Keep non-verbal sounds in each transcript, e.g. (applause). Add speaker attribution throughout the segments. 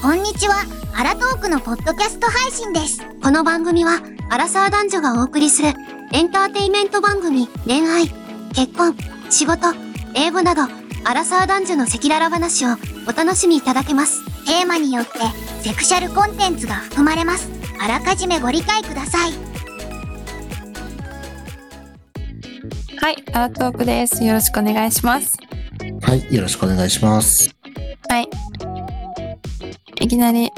Speaker 1: こんにちは。アラトークのポッドキャスト配信です。この番組は、アラサー男女がお送りするエンターテイメント番組、恋愛、結婚、仕事、英語など、アラサー男女の赤裸々話をお楽しみいただけます。テーマによって、セクシャルコンテンツが含まれます。あらかじめご理解ください。
Speaker 2: はい、アラトークです。よろしくお願いします。
Speaker 3: はい、よろしくお願いします。
Speaker 2: いきなり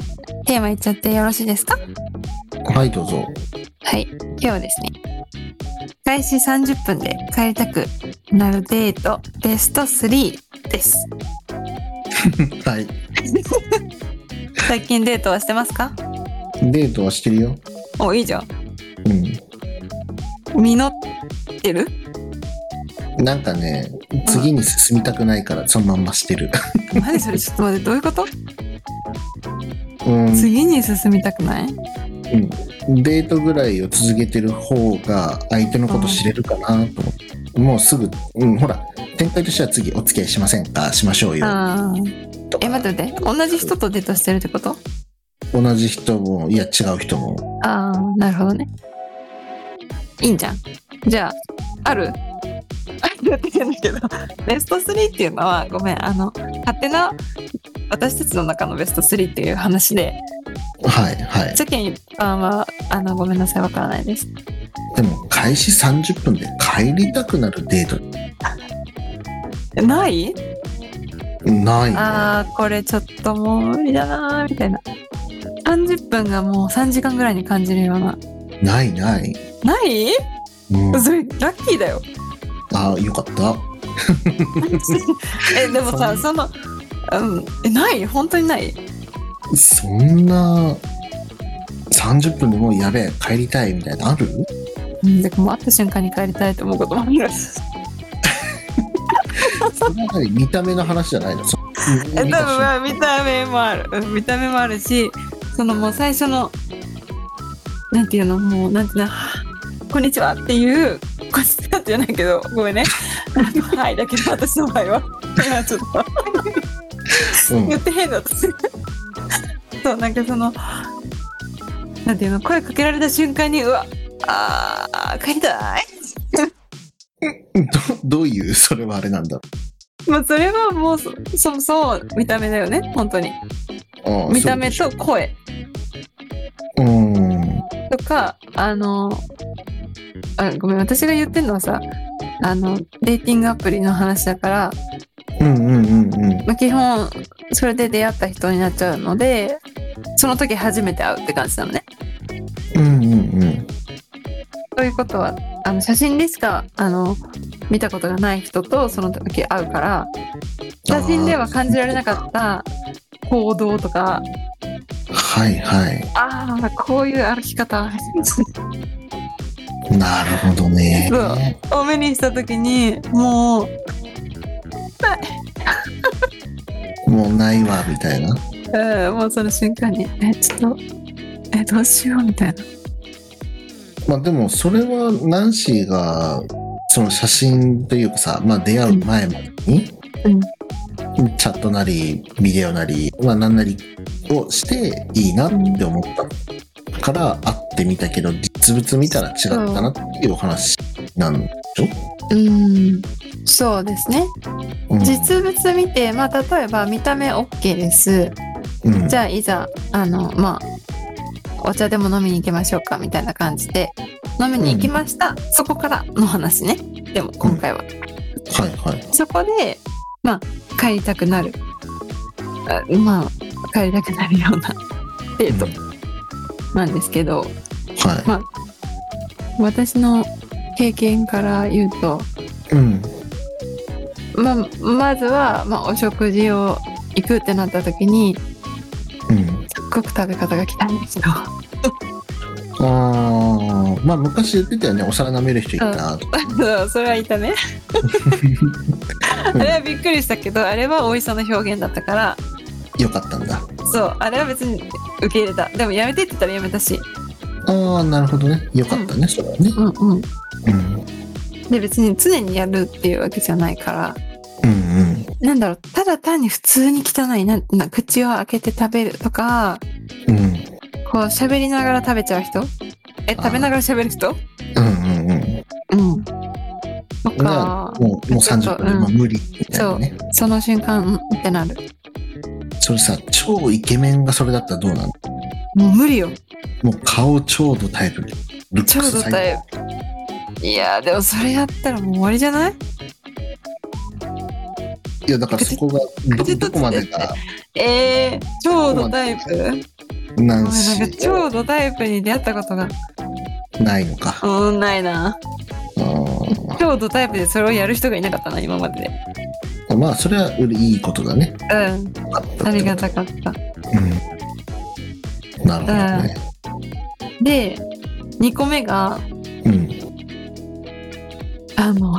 Speaker 2: テーマいっちゃってよろしいですか
Speaker 3: はい、どうぞ。
Speaker 2: はい、今日はですね。開始30分で帰りたくなるデートベスト3です。
Speaker 3: はい、
Speaker 2: 最近デートはしてますか
Speaker 3: デートはしてるよ。
Speaker 2: お、いいじゃん。
Speaker 3: うん。
Speaker 2: 実ってる
Speaker 3: なんかね、次に進みたくないから、そのまんましてる。
Speaker 2: 何それちょっと待って、どういうこと
Speaker 3: うん、
Speaker 2: 次に進みたくない
Speaker 3: うん。デートぐらいを続けてる方が、相手のこと知れるかなと思って。もうすぐ、うん、ほら、展開としては次、お付き合いしませんかしましょうよ。
Speaker 2: あーえ、待って待って。同じ人とデートしてるってこと
Speaker 3: 同じ人も、いや、違う人も。
Speaker 2: ああ、なるほどね。いいんじゃん。じゃあ、あるあるって言うんだけど、ベスト3っていうのは、ごめん、あの、勝手な私たちの中のベスト3っていう話で、
Speaker 3: はい、はい。
Speaker 2: 世間一般は、あの、ごめんなさい、わからないです。
Speaker 3: でも、開始30分で帰りたくなるデー
Speaker 2: ない
Speaker 3: ト、ないね。
Speaker 2: ああ、これちょっともう無理だなーみたいな。30分がもう3時間ぐらいに感じるような。
Speaker 3: ない、ない。
Speaker 2: ない
Speaker 3: うん。
Speaker 2: それ、ラッキーだ (laughs) よ。
Speaker 3: ああ、よかった。
Speaker 2: え、でもさ、その、うん、え、ない本当にない
Speaker 3: そんな30分でもうやべえ帰りたいみたいなのある
Speaker 2: うん、だからもう会った瞬間に帰りたいと思うこともある。
Speaker 3: それやはり見た目の話じゃないの。そ
Speaker 2: (laughs) え多分
Speaker 3: 見
Speaker 2: まあ見た
Speaker 3: た瞬
Speaker 2: 目もある、うん見た目もあるし、そのもう最初のなんていうのもうなんていうの、はぁこんにちはっていうこっなんて言わないけど、ごめんね。あのはいだけど私の場合は、 (laughs) いやちょっと
Speaker 3: うん
Speaker 2: 言って変だった。 (laughs) そうなんかそのなんていうの声かけられた瞬間にうわあー帰りたい。
Speaker 3: どどういうそれはあれなんだ
Speaker 2: まあそれはもうそそうそう見た目だよね本当に
Speaker 3: ろう。
Speaker 2: 見た目
Speaker 3: そう
Speaker 2: と声。
Speaker 3: でしょ。うん。
Speaker 2: とかあのあごめん私が言ってんのはさあのデーティングアプリの話だから、
Speaker 3: うんうんうんうん。
Speaker 2: まあ、基本それで出会った人になっちゃうのでその時初めて会うって感じなのね。
Speaker 3: うんうんうん。
Speaker 2: ということはあの写真でしかあの見たことがない人とその時会うから写真では感じられなかった行動とか
Speaker 3: はいはい。
Speaker 2: ああこういう歩き方 (laughs)
Speaker 3: なるほどね。
Speaker 2: を目にした時にもう
Speaker 3: もうないわみたいな。
Speaker 2: うんもうその瞬間に「えちょっとえどうしよう」みたいな
Speaker 3: まあでもそれはナンシーがその写真というかさ、まあ出会う前までに、
Speaker 2: うん
Speaker 3: チャットなりビデオなり、まあなんなりをしていいなって思ったから会ってみたけど、実物見たら違ったなっていうお話なんでしょ、
Speaker 2: うんそうですね
Speaker 3: うん、
Speaker 2: 実物見てまあ例えば見た目 OK です
Speaker 3: うん、
Speaker 2: じ
Speaker 3: ゃ
Speaker 2: ゃあいざあのまあお茶でも飲みに行きましょうかみたいな感じで飲みに行きました、そこからの話ねでも今回は、
Speaker 3: はいはい。
Speaker 2: そこでまあ帰りたくなるあまあ帰りたくなるような (laughs) デートなんですけど、
Speaker 3: は
Speaker 2: 私の経験から言うと、
Speaker 3: い。うん。
Speaker 2: まあ、まずは、まあ、お食事を行くってなった時に
Speaker 3: うん。
Speaker 2: すっごく食べ方が汚い人
Speaker 3: ああ、まあ昔言ってたよね、お皿舐める人いたとか。
Speaker 2: (laughs) そうそれはい (laughs) たねあれはびっくりしたけどあれは美味しさの表現だったから
Speaker 3: よかったんだ。
Speaker 2: そうあれは別に受け入れたでもやめてって言ったらやめたし
Speaker 3: ああ、なるほどね。よかったね、それはね。
Speaker 2: うんうん
Speaker 3: うん。
Speaker 2: で別に常にやるっていうわけじゃないから
Speaker 3: うんうん。
Speaker 2: なんだろう、ただ単に普通に汚い、なんな口を開けて食べるとか、
Speaker 3: うん
Speaker 2: こう喋りながら食べちゃう人え、
Speaker 3: あー
Speaker 2: 食べながら喋る人
Speaker 3: うんうんうん
Speaker 2: うん。とか
Speaker 3: が、もうもう30分で、
Speaker 2: うん
Speaker 3: まあ、無理みたいなね
Speaker 2: その瞬間、うんってなる。
Speaker 3: それさ超イケメンがそれだったらどうなの
Speaker 2: もう無理よ。
Speaker 3: もう顔超ドタイプルッ
Speaker 2: ちょ
Speaker 3: ク
Speaker 2: う
Speaker 3: ス
Speaker 2: ど
Speaker 3: 最高
Speaker 2: タイプ。いやー、でもそれやったらもう終わりじゃない
Speaker 3: いやだからそこがど
Speaker 2: 口
Speaker 3: どこまでが
Speaker 2: ええー、ちょうどタイプお前
Speaker 3: なん
Speaker 2: なん
Speaker 3: し
Speaker 2: かちょうどタイプに出会ったことが、
Speaker 3: ないのか
Speaker 2: うん、ないな。
Speaker 3: あ
Speaker 2: ちょうどタイプでそれをやる人がいなかったな、今までで。
Speaker 3: ーまあそれはうれいいことだね
Speaker 2: うん、
Speaker 3: よかったってこと
Speaker 2: ありがたかった。
Speaker 3: うんなるほどね
Speaker 2: で、2個目が、
Speaker 3: うん
Speaker 2: あの、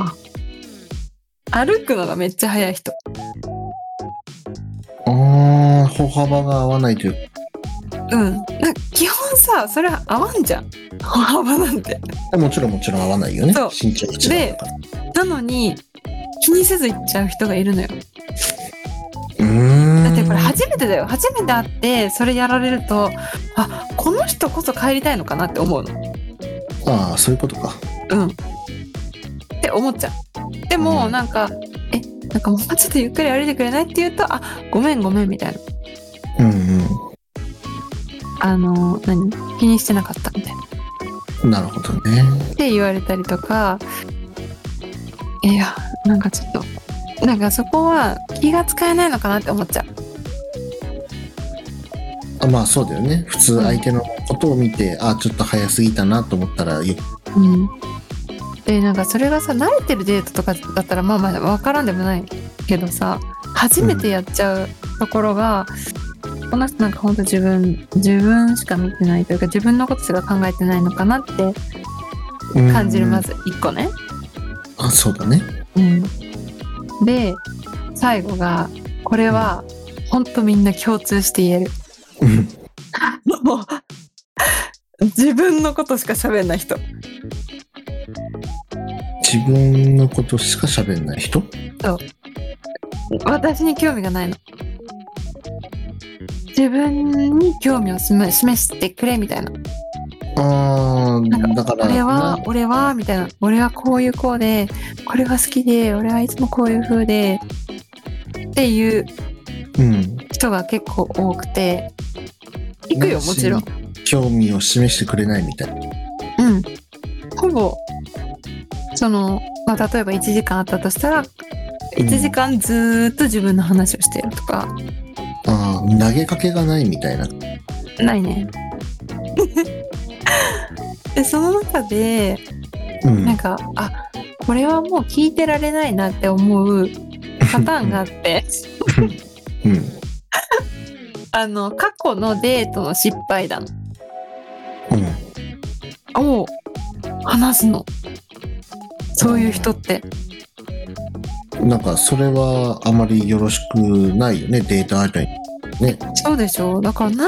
Speaker 2: 歩くのがめっちゃ速い人。
Speaker 3: ああ歩幅が合わないという
Speaker 2: うん。なんか基本さ、それは合わんじゃ (laughs) ん。歩幅なんて。
Speaker 3: かもちろんもちろん合わないよね
Speaker 2: そう
Speaker 3: 身長口だから
Speaker 2: なのに、気にせず行っちゃう人がいるのよ。
Speaker 3: うー
Speaker 2: だ
Speaker 3: ん
Speaker 2: ってこれ初めてだよ。初めて会って、それやられると、あ、この人こそ帰りたいのかなって思うの。
Speaker 3: ああそういうことか
Speaker 2: うん。って思っちゃう。でも、
Speaker 3: うん
Speaker 2: なんか、え、なんかもうちょっとゆっくり歩いてくれないって言うと、あ、ごめんごめんみたいな。
Speaker 3: うん
Speaker 2: あの、何気にしてなかったみたいな。
Speaker 3: うんなるほどね
Speaker 2: って言われたりとかいやなんかちょっとなんかそこは気が使えないのかなって思っちゃう
Speaker 3: あまあそうだよね普通相手のことを見て、ああちょっと早すぎたなと思ったらよ
Speaker 2: うんでなんかそれがさ慣れてるデートとかだったらまあまあ分からんでもないけどさ初めてやっちゃうところが、この人なんかほんと自分自分しか見てないというか自分のことしか考えてないのかなって感じるま
Speaker 3: ず
Speaker 2: ず1個ね
Speaker 3: あそうだね
Speaker 2: うん、で最後がこれは本当みんな共通して言える
Speaker 3: うん
Speaker 2: もう自分のことしか喋んない人
Speaker 3: 自分のことしか喋んない人
Speaker 2: 私に興味がないの自分に興味を示示してくれみたいな
Speaker 3: あ
Speaker 2: なん
Speaker 3: あだから
Speaker 2: 俺は
Speaker 3: な
Speaker 2: 俺はみたいな俺はこういう子でこれが好きで俺はいつもこういう風でっていう
Speaker 3: うん
Speaker 2: 人が結構多くて行くよもちろん
Speaker 3: 興味を示してくれないみたいな
Speaker 2: うん。ほぼ、その、まあ、例えば1時間あったとしたら、1時間ずーっと自分の話をしてるとか、
Speaker 3: あー投げかけがないみたいな
Speaker 2: ない (laughs) ね。で、その中で、
Speaker 3: うん
Speaker 2: なんか、あ、これはもう聞いてられないなって思うパターンがあ (laughs) って、
Speaker 3: うん
Speaker 2: あの、過去のデートの失敗談
Speaker 3: うん
Speaker 2: を話すの。そういう人って。
Speaker 3: なんかそれはあまりよろしくないよねデート相手にね
Speaker 2: そうでしょだからなん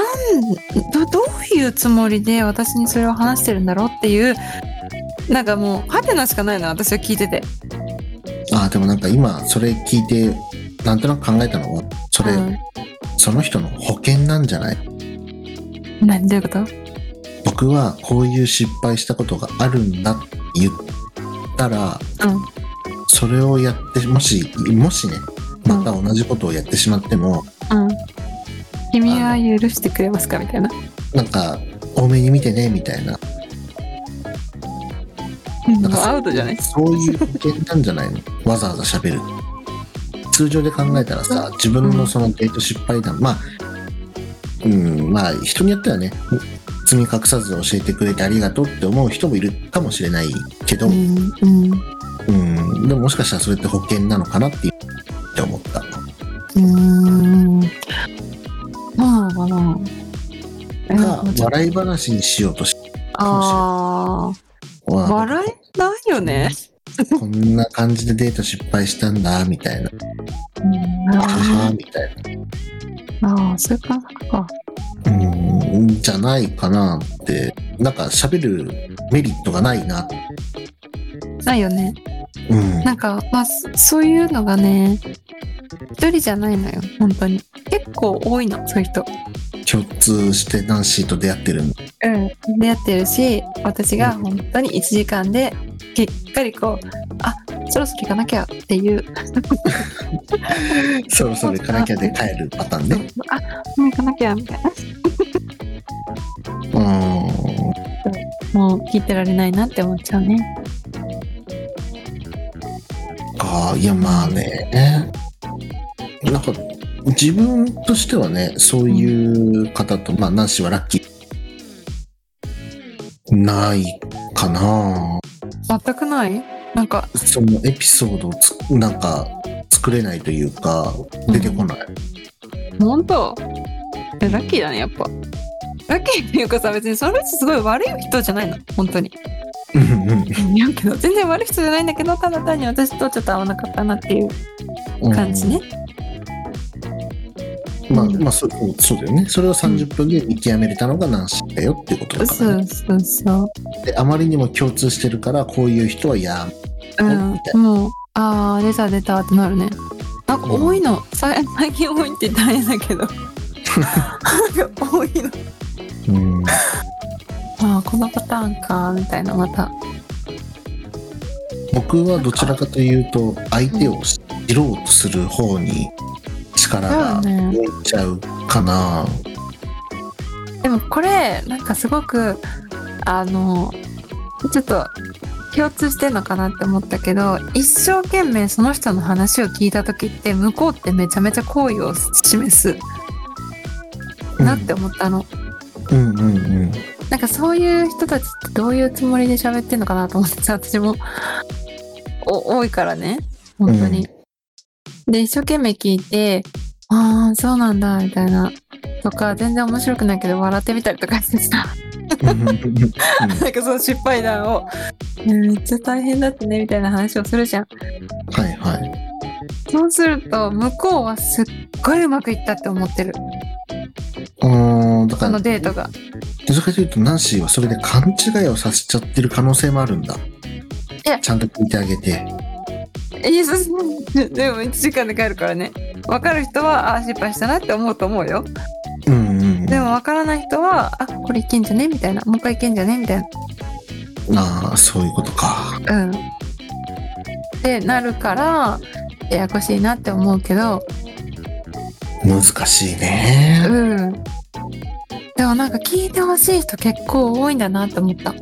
Speaker 2: どどういうつもりで私にそれを話してるんだろうっていうなんかもうハテナしかないの私は聞いてて
Speaker 3: ああでもなんか今それ聞いてなんとなく考えたのはそれ、
Speaker 2: うん
Speaker 3: その人の保険なんじゃない
Speaker 2: 何どういうこと
Speaker 3: 僕はこういう失敗したことがあるんだって言ったら
Speaker 2: うん
Speaker 3: それをやってもしもしねまた同じことをやってしまっても、
Speaker 2: うん君は許してくれますかみたいな
Speaker 3: なんか多めに見てねみたいな
Speaker 2: うんも
Speaker 3: なん
Speaker 2: う
Speaker 3: か
Speaker 2: アウトじゃない
Speaker 3: そういう保険なんじゃないのわざわざ喋る通常で考えたらさ自分のそのデート失敗談まあうんまあ人によってはね積み隠さず教えてくれてありがとうって思う人もいるかもしれないけど、うん
Speaker 2: うん
Speaker 3: でももしかしたらそれって保険なのかなってって思った
Speaker 2: うんうんそうなのかなえ
Speaker 3: が
Speaker 2: なんか
Speaker 3: 笑い話にしようとし
Speaker 2: あ
Speaker 3: た
Speaker 2: あ笑えないよね、
Speaker 3: こんな感じでデート失敗したんだみたいな
Speaker 2: うん、
Speaker 3: あははみたい
Speaker 2: ああそういう感覚か
Speaker 3: なうんじゃないかなってなんか喋るメリットがないな
Speaker 2: ないよね
Speaker 3: うん
Speaker 2: なんか、まあ、そそういうのがね、一人じゃないのよ本当に結構多いのそういう人
Speaker 3: 共通してナンシーと出会ってるんだ
Speaker 2: うん出会ってるし私が本当に1時間でしっかりこうあそろそろ行かなきゃっていう
Speaker 3: そろそろ行かなきゃで帰るパターンね
Speaker 2: あもう行かなきゃみたいな
Speaker 3: うーん
Speaker 2: もう聞いてられないなって思っちゃうね
Speaker 3: ああいやまあねなんか自分としてはねそういう方と、まあナンシーはラッキーないかな
Speaker 2: 全くないなんか
Speaker 3: そのエピソードをつなんか作れないというか出てこない、
Speaker 2: 本当えラッキーだねやっぱラッキーっていうかさ別にその人すごい悪い人じゃないの本当に
Speaker 3: うんうん
Speaker 2: いやけど全然悪い人じゃないんだけどただ単に私とちょっと合わなかったなっていう
Speaker 3: うん
Speaker 2: 感じね、
Speaker 3: まあまあそうそうだよねそれを30分で見極めれたのがナンシーだよっていうことだか
Speaker 2: そ
Speaker 3: ら、ね
Speaker 2: うそうそう
Speaker 3: であまりにも共通してるからこういう人はや
Speaker 2: うん
Speaker 3: みたい
Speaker 2: もうあー出た出たってなるねなんか多いの、さ最近多いって言ったら変だけどなんか多いの
Speaker 3: うん
Speaker 2: ああこのパターンかみたいなまた
Speaker 3: 僕はどちらかというと相手を知ろうとする方に力が
Speaker 2: そうね
Speaker 3: 向いちゃうかな、
Speaker 2: でもこれなんかすごくあのちょっと共通してんのかなって思ったけど一生懸命その人の話を聞いた時って向こうってめちゃめちゃ好意を示す
Speaker 3: うん、
Speaker 2: なって思ったの、
Speaker 3: うんうんうん (laughs)
Speaker 2: なんかそういう人たちってどういうつもりで喋ってんのかなと思ってさ私もお多いからね本当に、で一生懸命聞いてああそうなんだみたいなとか全然面白くないけど笑ってみたりとかしてさ
Speaker 3: うんうんう
Speaker 2: (laughs)
Speaker 3: んうん
Speaker 2: なんかその失敗談を、めっちゃ大変だったねみたいな話をするじゃん。
Speaker 3: はいはい
Speaker 2: そうすると、向こうはすっごいうまくいったって思ってる。
Speaker 3: うーんだか
Speaker 2: そ
Speaker 3: ら
Speaker 2: のデートが。
Speaker 3: どちらかというとナンシーはそれで勘違いをさせちゃってる可能性もあるんだ
Speaker 2: や
Speaker 3: ちゃんと聞いてあげて
Speaker 2: いや、そうでも1時間で帰るからね。分かる人は、あー失敗したなって思うと思うよ。
Speaker 3: うんうん
Speaker 2: でも分からない人は、あ、これいけんじゃねみたいな。もう一回いけんじゃねみたい
Speaker 3: ああそういうことか
Speaker 2: な。うん。ってなるから、ややこしいなって思うけど、
Speaker 3: 難しいね
Speaker 2: うん。でもなんか聞いてほしい人結構多いんだなって思った。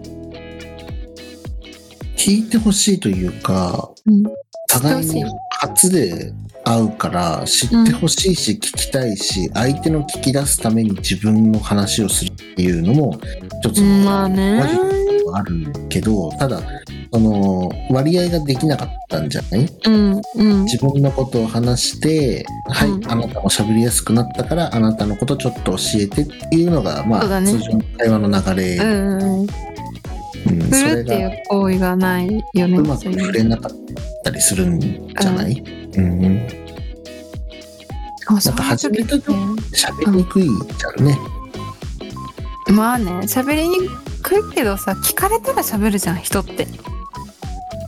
Speaker 3: 聞いてほしいというか
Speaker 2: うん。
Speaker 3: 互いに初で会うから知ってほしいし聞きたいし、相手の聞き出すために自分の話をするっていうのも一つ
Speaker 2: うん
Speaker 3: の
Speaker 2: まあね
Speaker 3: マジ。あるけど、ただその割合ができなかったんじゃない
Speaker 2: うんうん。
Speaker 3: 自分のことを話して、はい、
Speaker 2: うん
Speaker 3: あなたも喋りやすくなったからあなたのことちょっと教えてっていうのが、ま
Speaker 2: そうだ
Speaker 3: あ
Speaker 2: ね
Speaker 3: 通常の会話の流れ、
Speaker 2: うんうん。
Speaker 3: うんそ
Speaker 2: する
Speaker 3: れ
Speaker 2: ってい
Speaker 3: が
Speaker 2: う行為がないよね。
Speaker 3: うま
Speaker 2: そう
Speaker 3: く
Speaker 2: いう
Speaker 3: 触れなかったりするんじゃない、うん
Speaker 2: あそう
Speaker 3: なんか始めた時
Speaker 2: ね
Speaker 3: 喋りにくいじゃんね。
Speaker 2: まあね、喋りにくいけどさ、聞かれたら喋るじゃん、人って。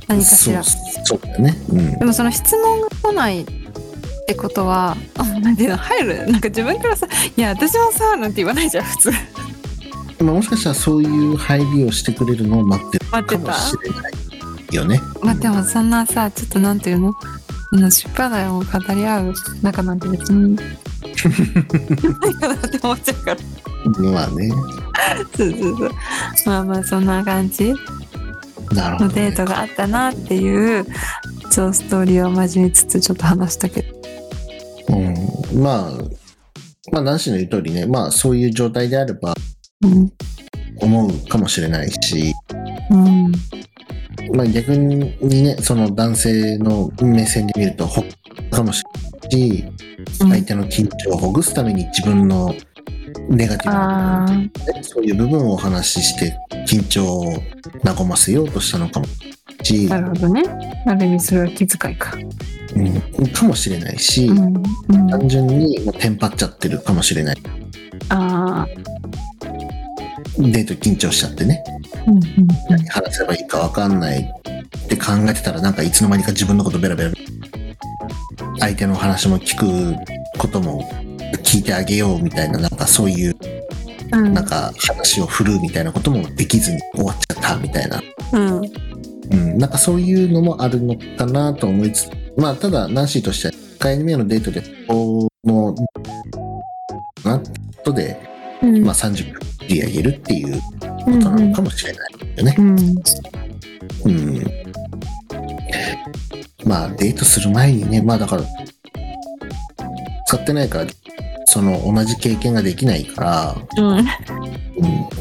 Speaker 2: 何かし
Speaker 3: そ
Speaker 2: ら
Speaker 3: う。そうだよね。うん
Speaker 2: でもその質問が来ないってことは、あなんていうの、入るなんか自分からさ、いや、私もさ、なんて言わないじゃん、普通。
Speaker 3: まあ、もしかしたらそういう入りをしてくれるのを待ってる
Speaker 2: 待
Speaker 3: か
Speaker 2: って
Speaker 3: も
Speaker 2: た。
Speaker 3: しれないよね。
Speaker 2: まあでもそんなさ、ちょっとなんていうのあの、失敗談を語り合う仲なんて別
Speaker 3: (laughs)
Speaker 2: に。ないかなって思っちゃうから。
Speaker 3: うんまあね。
Speaker 2: そうそうそう。まあまあそんな感じ
Speaker 3: なるほ
Speaker 2: の
Speaker 3: ど、ね。
Speaker 2: デートがあったなっていう、そうストーリーを交えつつちょっと話したけど。
Speaker 3: うん、まあ、まあ、ナンシーの言う通りね、まあ、そういう状態であれば
Speaker 2: うん。
Speaker 3: 思うかもしれないし、
Speaker 2: うん。
Speaker 3: まあ、逆にね、その男性の目線で見ると、ほっかもしれないし、相手の緊張をほぐすために自分のネガティブ
Speaker 2: あ
Speaker 3: な
Speaker 2: あ、
Speaker 3: そういう部分をお話しして緊張を和ませようとしたのかもし、
Speaker 2: なるほどね。ある意味それは気遣いか。
Speaker 3: うん、かもしれないし、
Speaker 2: うん。うん、あ
Speaker 3: 単純にもうテンパっちゃってるかもしれない
Speaker 2: あ
Speaker 3: デート緊張しちゃってね
Speaker 2: ー、うんうんうん。
Speaker 3: 話せばいいか分かんないって考えてたらなんかいつの間にか自分のことベラベラ相手の話も聞くことも聞いてあげようみたいな、なんかそういう、
Speaker 2: うん
Speaker 3: なんか話を振るうみたいなこともできずに終わっちゃったみたいな。
Speaker 2: うん
Speaker 3: うん、なんかそういうのもあるのかなと思いつつ、まあただ、ナンシーとしては1回目のデートで、こう、もう、なってことで、
Speaker 2: うん
Speaker 3: まあ30分切り上げるっていうことなのかもしれないよね
Speaker 2: う。ん
Speaker 3: うん。まあデートする前にね、まあだから、使ってないから、その同じ経験ができないから、
Speaker 2: うん
Speaker 3: うん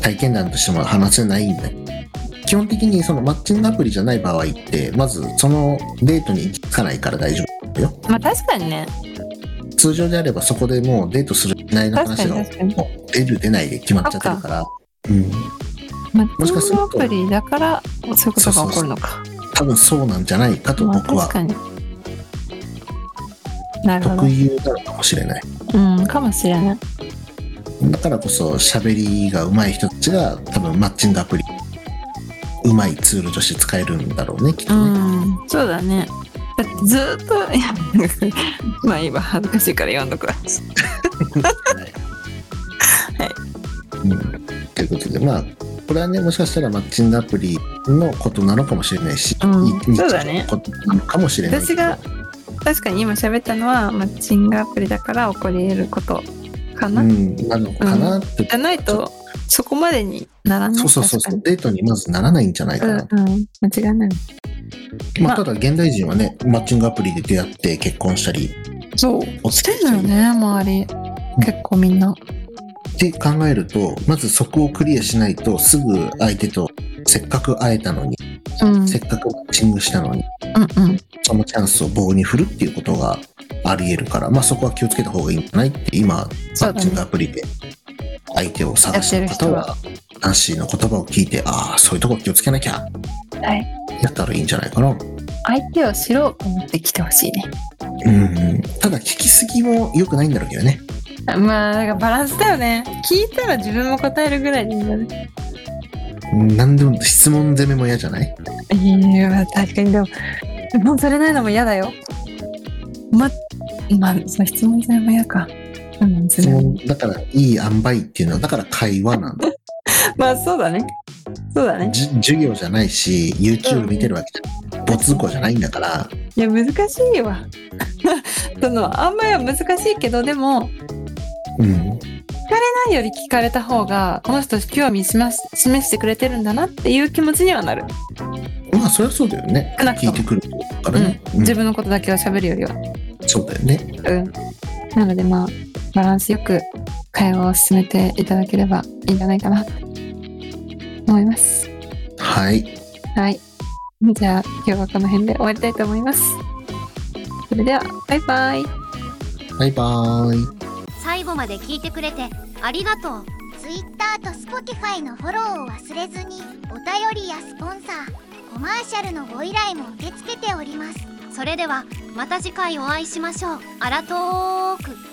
Speaker 3: 体験談としても話せないんだけど基本的にそのマッチングアプリじゃない場合ってまずそのデートに行き着かないから大丈夫だよ
Speaker 2: まあ確かにね
Speaker 3: 通常であればそこでもうデートするしないの
Speaker 2: 確か
Speaker 3: 話
Speaker 2: に
Speaker 3: がも
Speaker 2: 確かに、
Speaker 3: う出る出ないで決まっちゃってるから、うん、
Speaker 2: まあ、
Speaker 3: もしかすると
Speaker 2: 通常アプリだからそういうことが起こるのか
Speaker 3: 多分そうなんじゃないかと
Speaker 2: まあ
Speaker 3: 僕は
Speaker 2: 確かになるほど
Speaker 3: 特、有なのかもしれない
Speaker 2: うん、かもしれない
Speaker 3: だからこそ喋りが上手い人たちが多分マッチングアプリ上手いツールとして使えるんだろうねきっ
Speaker 2: う
Speaker 3: とね、
Speaker 2: んそうだねだってずーっといやまあいいわ恥ずかしいから読んどくわ
Speaker 3: うんということでまあこれはねもしかしたらマッチングアプリのことなのかもしれないし、
Speaker 2: うん
Speaker 3: い日常
Speaker 2: そうだね
Speaker 3: のことなのかもしれないけど
Speaker 2: 私が確かに今喋ったのはマッチングアプリだから起こり得ることか
Speaker 3: う
Speaker 2: な、じ
Speaker 3: んなのかなって、
Speaker 2: ゃないとそこまでにならない
Speaker 3: そうそうそうそう
Speaker 2: 確
Speaker 3: デートにまずならないんじゃないか
Speaker 2: か
Speaker 3: な、
Speaker 2: にうんうん間違いない
Speaker 3: ま
Speaker 2: ま
Speaker 3: あ、
Speaker 2: あ
Speaker 3: ただ現代人はねマッチングアプリで出会って結婚したり
Speaker 2: そう
Speaker 3: お
Speaker 2: して
Speaker 3: 付
Speaker 2: ん
Speaker 3: き
Speaker 2: だ
Speaker 3: 合い
Speaker 2: よね周り結構みんな
Speaker 3: って考えるとまずそこをクリアしないとすぐ相手とせっかく会えたのに、
Speaker 2: うんうん
Speaker 3: せっかくマッチングしたのに
Speaker 2: うん
Speaker 3: そのチャンスを棒に振るっていうことがあり得るから、まあ、そこは気をつけた方がいいんじゃないって今マ
Speaker 2: そう
Speaker 3: ッ
Speaker 2: だ
Speaker 3: チング
Speaker 2: ね
Speaker 3: アプリで相手を探してる方はナンシーの言葉を聞いてああそういうとこ気をつけなきゃ
Speaker 2: はい
Speaker 3: やったらいいんじゃないかな。
Speaker 2: 相手を知ろうと思ってきてほしいね
Speaker 3: うんうん、ただ聞きすぎも良くないんだろうけどね。
Speaker 2: まあなんかバランスだよね聞いたら自分も答えるぐらいでいいんだね
Speaker 3: うん何でも質問攻めも嫌じゃない
Speaker 2: いやまあ確かにでも質問されないのも嫌だよままあそう質問されも嫌かうんそ
Speaker 3: 質
Speaker 2: れも
Speaker 3: 問だからいい塩梅っていうのはだから会話なんだ
Speaker 2: まあそうだねそうだね
Speaker 3: じ授業じゃないし YouTube 見てるわけじゃない没語じゃないんだから
Speaker 2: いや難しいわそのあんまりは難しいけどでも
Speaker 3: うん
Speaker 2: 前より聞かれた方がこの人興味します示してくれてるんだなっていう気持ちにはなる、
Speaker 3: まあそりゃそうだよね
Speaker 2: 少なく
Speaker 3: 聞
Speaker 2: と
Speaker 3: い
Speaker 2: も
Speaker 3: てくるからね、うん
Speaker 2: 自分のことだけを喋るよりは
Speaker 3: そうだよね
Speaker 2: うんなのでまあバランスよく会話を進めていただければいいんじゃないかなと思います
Speaker 3: はい
Speaker 2: はいじゃあ今日はこの辺で終わりたいと思いますそれではバイバイ
Speaker 3: バイバーイ
Speaker 1: 最後まで聞いてくれてありがとう Twitter と Spotify のフォローを忘れずにお便りやスポンサーコマーシャルのご依頼も受け付けておりますそれではまた次回お会いしましょうあらとーく